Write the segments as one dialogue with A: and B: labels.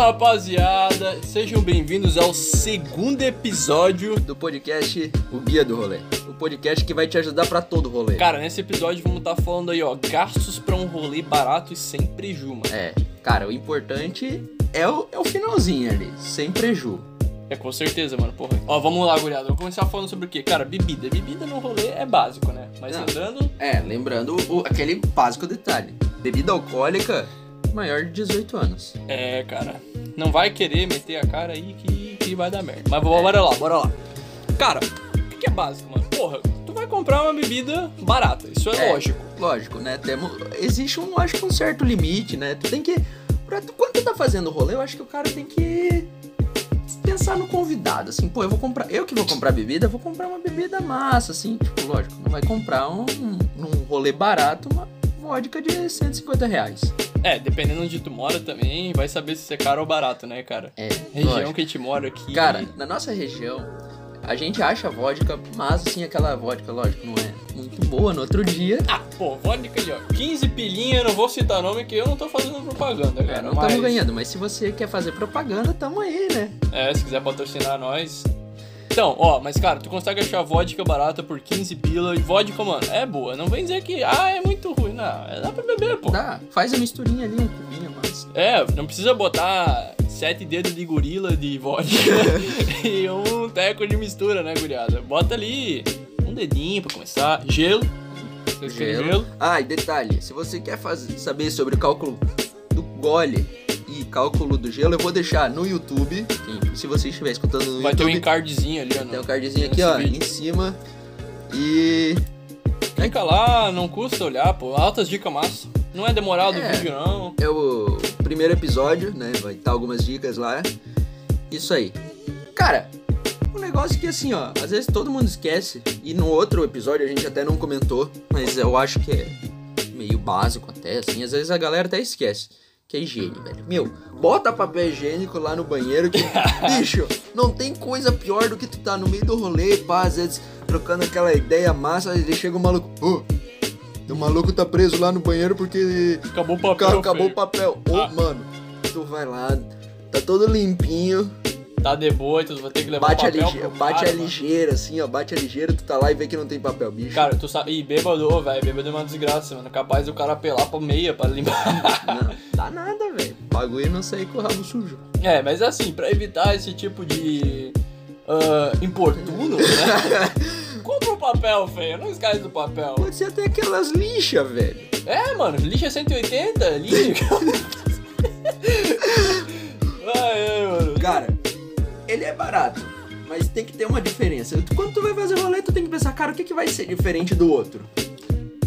A: rapaziada, sejam bem-vindos ao segundo episódio.
B: do podcast O Guia do Rolê. O podcast que vai te ajudar pra todo rolê.
A: Cara, nesse episódio vamos estar falando aí, ó, gastos pra um rolê barato e sem preju, mano.
B: É, cara, o importante é o, é o finalzinho ali, sem preju.
A: É, com certeza, mano, porra. Ó, vamos lá, guriado, vou começar falando sobre o quê? Cara, bebida. Bebida no rolê é básico, né? Mas
B: Não.
A: lembrando,
B: É, lembrando o- aquele básico detalhe: bebida alcoólica maior de 18 anos.
A: é, cara, não vai querer meter a cara aí que, que vai dar merda. Mas bora lá, bora lá. Cara, o que que é básico, mano? Porra, tu vai comprar uma bebida barata, isso é.
B: É.
A: lógico.
B: Lógico, né? Temos, existe um, acho que um certo limite, né? Tu tem que. pra tu- quando tu tá fazendo o rolê, eu acho que o cara tem que pensar no convidado, assim, pô, eu vou comprar, eu que vou comprar bebida, eu vou comprar uma bebida massa, assim, tipo, lógico, não vai comprar um, num rolê barato uma vodka de 150 reais.
A: É, dependendo onde tu mora também, vai saber se isso é caro ou barato, né, cara?
B: É,
A: Região
B: lógico.
A: que a gente mora aqui.
B: Cara, na nossa região, a gente acha vodka, mas assim, aquela vodka, lógico, não é muito boa no outro dia.
A: Ah, pô, vodka ali, ó. 15 pilinha, não vou citar nome que eu não tô fazendo propaganda, cara.
B: É, não estamos
A: mas,
B: ganhando, mas se você quer fazer propaganda, tamo aí, né?
A: É, se quiser patrocinar nós. Então, ó, mas cara, tu consegue achar vodka barata por 15 pila e vodka, mano, é boa. Não vem dizer que, ah, é muito ruim. Não, é, dá pra beber, pô.
B: Dá, faz a misturinha ali, um cubinho, mas.
A: É, não precisa botar sete dedos de gorila de vodka e um teco de mistura, né, guriada? Bota ali um dedinho pra começar, gelo. Vocês querem
B: Gelo.
A: gelo?
B: Ah, e detalhe, se você quer fazer, saber sobre o cálculo do gole e cálculo do gelo, eu vou deixar no YouTube. Sim, se você estiver escutando no
A: Vai ter um
B: YouTube,
A: encardzinho ali, ó.
B: tem um
A: no-
B: cardzinho aqui,
A: nesse
B: ó,
A: vídeo.
B: em cima. E.
A: Clica lá, não custa olhar, pô. Altas dicas massa. Não é demorado o
B: É.
A: vídeo, não.
B: é o primeiro episódio, né? Vai estar algumas dicas lá. Isso aí. Cara, um negócio que assim, ó, às vezes todo mundo esquece, e no outro episódio a gente até não comentou, mas eu acho que é meio básico até, assim, às vezes a galera até esquece. Que é higiene, velho. Meu, bota papel higiênico lá no banheiro que. Bicho, não tem coisa pior do que tu tá no meio do rolê, pá, às vezes trocando aquela ideia massa, aí chega o maluco. Ô, o maluco tá preso lá no banheiro porque
A: Acabou o
B: o carro
A: papel.
B: acabou o
A: feio.
B: papel. Ô,
A: Ah.
B: mano, tu vai lá, tá todo limpinho,
A: Tá de boa, então tu vai ter que levar
B: bate,
A: o
B: a,
A: papel.
B: lige-
A: pro
B: bate
A: cara,
B: a ligeira, assim, ó, bate a ligeira, tu tá lá e vê que não tem papel, bicho.
A: mano. Cara, tu sabe. Ih, bêbado, ô, velho. Bêbado é uma desgraça, mano. Capaz do cara apelar pra meia pra limpar.
B: Não, dá nada, velho. Bagulho não sair com o rabo sujo.
A: é, mas assim, pra evitar esse tipo de. ah, importuno, né? Compra o papel, velho. Não esquece do papel.
B: Pode ser até aquelas lixas, velho.
A: É, mano, lixa 180, lixa. ai, ai, mano.
B: Cara, ele é barato, mas tem que ter uma diferença. Quando tu vai fazer rolê, tu tem que pensar, cara, o que, que vai ser diferente do outro?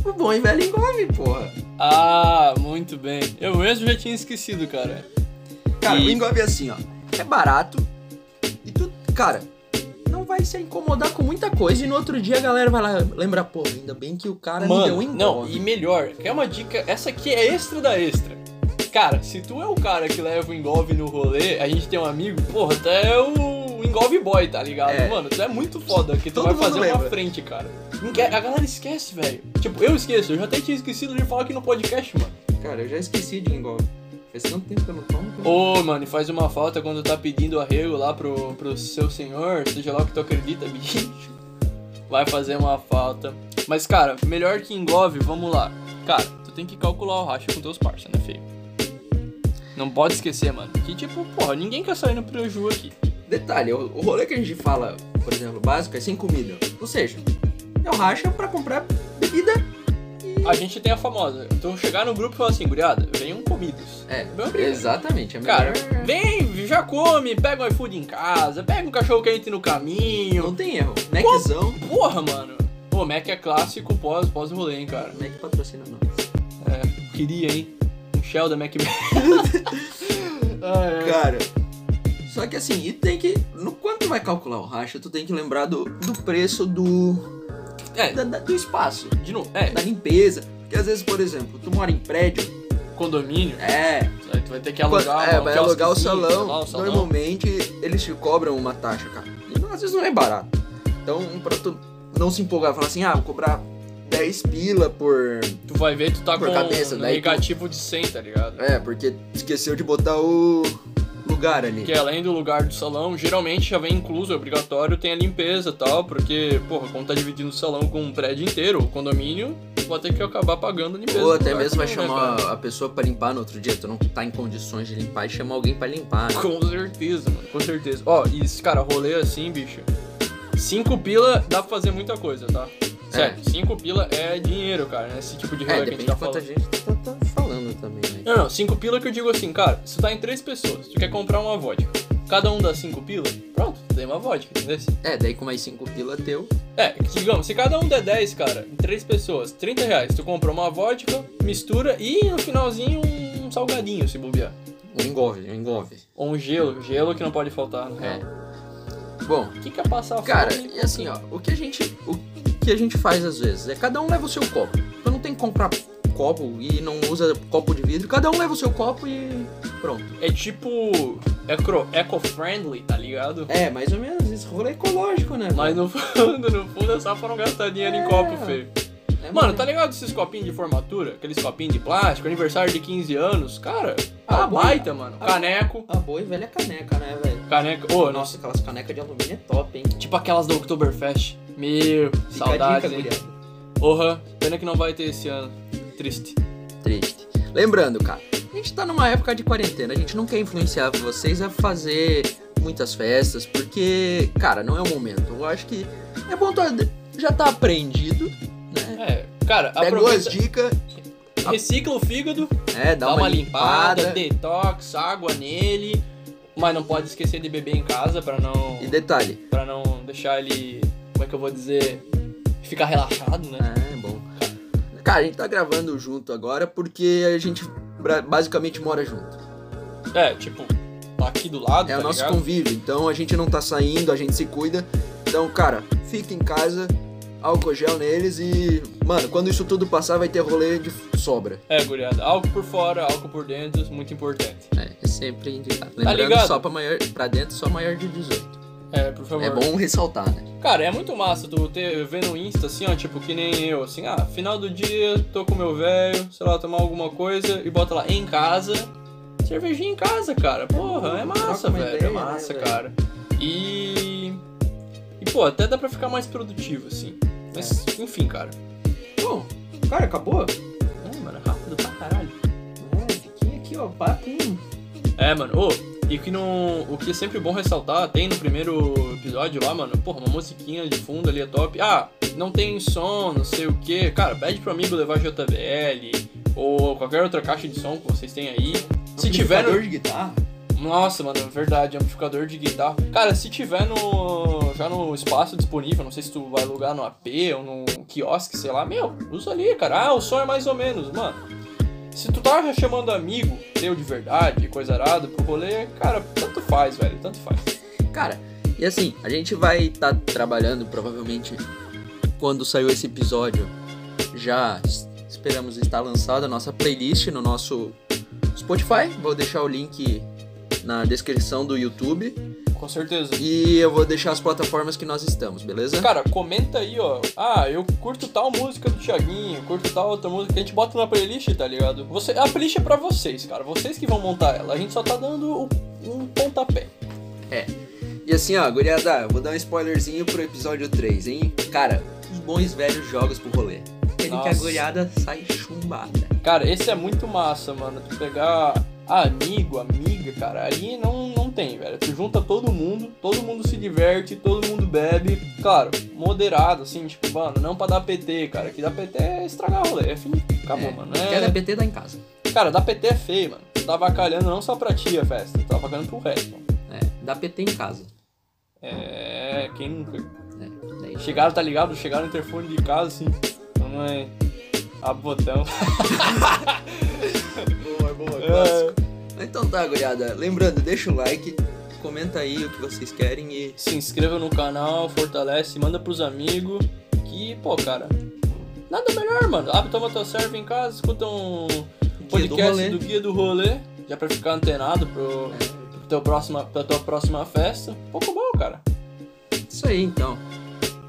B: O bom e velho engove, porra.
A: Ah, muito bem. Eu mesmo já tinha esquecido, cara.
B: Cara,
A: E-
B: o Engove é assim, ó. É barato. E tu, cara, não vai se incomodar com muita coisa. E no outro dia a galera vai lá lembrar, pô, ainda bem que o cara me deu um
A: Mano,
B: Engove.
A: não, e melhor, quer uma dica? Essa aqui é extra da extra. Cara, se tu é o cara que leva o engolve no rolê, a gente tem um amigo, porra, tu é o engolve boy, tá ligado?
B: É.
A: Mano, tu é muito foda que tu
B: Todo
A: vai
B: mundo
A: fazer uma
B: lembra.
A: frente, cara. Ninguém- A galera esquece, velho. Tipo, eu esqueço, eu já até tinha esquecido de falar aqui no podcast, mano.
B: Cara, eu já esqueci de Engove. Faz tanto tempo que eu não tomo. que eu-
A: Ô, mano, e faz uma falta quando tá pedindo arrego lá pro, pro seu senhor, seja lá o que tu acredita, bicho. Vai fazer uma falta. Mas, cara, melhor que engove, vamos lá. Cara, tu tem que calcular o racha com teus parceiros, né, feio? Não pode esquecer, mano. Que tipo, porra, ninguém quer sair no preju aqui.
B: Detalhe, o, o rolê que a gente fala, por exemplo, básico, é sem comida. Ou seja, eu racha pra comprar bebida.
A: A gente tem a famosa. Tu chegar no grupo e falar assim, guriada, venham comidos.
B: É,
A: Meu Deus.
B: exatamente. É
A: Cara,
B: melhor...
A: vem, já come, pega um iFood em casa, pega um cachorro quente no caminho.
B: Não tem erro. Maczão,
A: Porra, mano. O Mac é clássico pós, pós rolê, hein, cara.
B: Mac patrocina nós.
A: É, queria, hein? Um Shell da Mac. Ai, ai.
B: Cara. Só que assim, e tem que. No quanto vai calcular o racha, tu tem que lembrar do, do preço do.
A: É,
B: da- da- do espaço,
A: de novo, é,
B: da limpeza. Porque às vezes, por exemplo, tu mora em prédio,
A: condomínio,
B: é.
A: aí tu vai ter que alugar,
B: é,
A: um
B: vai alugar o
A: quiosquezinho,
B: salão,
A: sei lá, o salão.
B: Normalmente eles te cobram uma taxa, cara. E não- às vezes não é barato. Então, pra tu não se empolgar, falar assim, ah, vou cobrar 10 pila por.
A: Tu vai ver, tu tá
B: Por
A: com
B: cabeça,
A: um
B: daí tu-
A: negativo de 100, tá ligado?
B: É, porque esqueceu de botar o lugar ali.
A: Que além do lugar do salão, geralmente já vem incluso, é obrigatório, tem a limpeza e tal, porque, porra, como tá dividindo o salão com um prédio inteiro, o condomínio, vou ter que acabar pagando a limpeza.
B: Ou
A: do
B: até
A: lugar
B: mesmo vai
A: também, né,
B: chamar
A: cara?
B: a pessoa pra limpar no outro dia. Tu não tá em condições de limpar e chamar alguém pra limpar. né?
A: Com certeza, mano, com certeza. Ó, e esse cara, rolê assim, bicho. Cinco pila dá pra fazer muita coisa, tá? Sério, cinco pila é dinheiro, cara, né? Esse tipo de rolê
B: É,
A: que a gente
B: depende
A: tá
B: de quanta
A: falando.
B: gente tá, tá falando também, né?
A: Não, não, cinco pila que eu digo assim, cara, se tu tá em três pessoas, tu quer comprar uma vodka, cada um dá cinco pila, pronto, tem uma vodka, entendeu?
B: É, daí com mais 5 pila teu.
A: É, digamos, se cada um der 10, cara, em três pessoas, 30 reais, tu compra uma vodka, mistura e no finalzinho um salgadinho, se bobear.
B: Um engove, um engove.
A: Ou um gelo, gelo que não pode faltar, no real.
B: É. Bom,
A: O que que é passar
B: Cara,
A: fome?
B: e assim, ó, o que a gente. O que a gente faz às vezes é cada um leva o seu copo. Tu não tem que comprar copo e não usa copo de vidro, cada um leva o seu copo e pronto.
A: É tipo ecro- eco-friendly, tá ligado?
B: É, mais ou menos, isso rolê ecológico, né?
A: Mas no fundo, no fundo é só pra não gastar dinheiro em
B: É.
A: copo feio.
B: É,
A: Mano, tá ligado esses copinhos de formatura? Aqueles copinhos de plástico, aniversário de 15 anos? Cara,
B: Ah,
A: tá
B: boa.
A: baita, mano.
B: Ah.
A: Caneco,
B: A boa e velha caneca, né, velho?
A: caneca. Ô, nossa,
B: Nossa, aquelas canecas de alumínio é top, hein?
A: tipo aquelas da Oktoberfest. Meu,
B: Fica a
A: saudades,
B: dica,
A: hein?
B: gurizada.
A: Porra, pena que não vai ter esse ano. Triste.
B: Triste. Lembrando, cara, a gente tá numa época de quarentena, a gente não quer influenciar vocês a fazer muitas festas, porque, cara, não é o momento. Eu acho que é bom tu já tá aprendido, né?
A: É, cara,
B: Pega
A: aproveita.
B: as dicas,
A: Recicla o fígado,
B: é, dá,
A: dá, uma limpada, detox, água nele. Mas não pode esquecer de beber em casa pra não.
B: E detalhe,
A: Pra não deixar ele. Como é que eu vou dizer? Ficar relaxado, né?
B: é bom. Cara, a gente tá gravando junto agora porque a gente bra- basicamente mora junto.
A: É, tipo, tá aqui do lado.
B: É
A: tá
B: o nosso
A: ligado?
B: convívio, então a gente não tá saindo, a gente se cuida. Então, cara, fica em casa, álcool gel neles e, mano, quando isso tudo passar vai ter rolê de sobra.
A: É, guriada. Álcool por fora, álcool por dentro, muito importante.
B: É, é sempre indicado.
A: ligado?
B: Lembrando, só pra, maior, pra dentro, só maior de 18.
A: É, por favor.
B: É bom ressaltar, né?
A: Cara, é muito massa tu ter, ver no Insta assim, ó, tipo, que nem eu, assim, ah, final do dia, tô com meu velho, sei lá, tomar alguma coisa e bota lá em casa. Cervejinha em casa, cara. Porra, é massa,
B: Troca uma
A: velho.
B: ideia,
A: é massa,
B: né, velho?
A: cara. E. E, pô, até dá pra ficar mais produtivo, assim. Mas,
B: É.
A: enfim, cara.
B: Bom, cara, acabou?
A: Não, mano, é rápido pra caralho.
B: É, fiquinha aqui, ó, papo.
A: É, mano. Ô, e que não, o que é sempre bom ressaltar, tem no primeiro episódio lá, mano, porra, uma musiquinha de fundo ali é top. Ah, não tem som, não sei o que. Cara, pede pro amigo levar JBL ou qualquer outra caixa de som que vocês têm aí. Se tiver
B: Amplificador
A: no...
B: de guitarra.
A: Nossa, mano, é verdade, amplificador de guitarra. Cara, se tiver no já no espaço disponível, não sei se tu vai alugar no AP ou no quiosque, sei lá, meu, usa ali, cara. Ah, o som é mais ou menos, mano. Se tu tá já chamando amigo teu de verdade, coisa arada, pro rolê, cara, tanto faz, velho, tanto faz.
B: Cara, e assim, a gente vai estar trabalhando provavelmente quando saiu esse episódio. Já es- esperamos estar lançada a nossa playlist no nosso Spotify. Vou deixar o link na descrição do YouTube
A: Com certeza.
B: e eu vou deixar as plataformas que nós estamos, beleza?
A: Cara, comenta aí, ó. Ah, eu curto tal música do Thiaguinho, curto tal outra música. A gente bota na playlist, tá ligado? Você, a playlist é pra vocês, cara. Vocês que vão montar ela. A gente só tá dando o- um pontapé.
B: E assim, ó, guriada, eu vou dar um spoilerzinho pro episódio 3, hein? Cara, os bons velhos jogos pro rolê. Aquele que a
A: Nossa.
B: guriada sai chumbada.
A: Cara, esse é muito massa, mano. Tu pegar amigo, amiga, cara, ali não, não tem, velho. Tu junta todo mundo, todo mundo se diverte, todo mundo bebe. Claro, moderado, assim, tipo, mano, não pra dar PT, cara. Que dá PT é estragar o rolê, é fim. Acabou,
B: É,
A: mano.
B: Quer
A: É,
B: da PT dá em casa.
A: Cara, dar PT é feio, mano. Tu tá avacalhando não só pra ti a festa, tu tá avacalhando pro resto, mano.
B: É, dá PT em casa.
A: É, quem nunca.
B: É, daí
A: Chegaram, tá ligado? Chegaram no interfone de casa, assim. Mamãe, abre o botão.
B: Boa, boa, Então tá, guriada. Lembrando, deixa o like, comenta aí o que vocês querem e.
A: se inscreva no canal, fortalece, manda pros amigos. Que, pô, cara, nada melhor, mano. Abre, toma tua serva em casa, escuta um podcast
B: rolê.
A: do, Guia do Rolê, já pra ficar antenado pro, pro teu próxima, pra tua próxima festa. Pouco bom, cara.
B: Isso aí é então.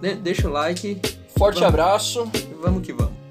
B: Né? Deixa o like
A: Forte
B: Vamos.
A: abraço.
B: e vamos que vamos.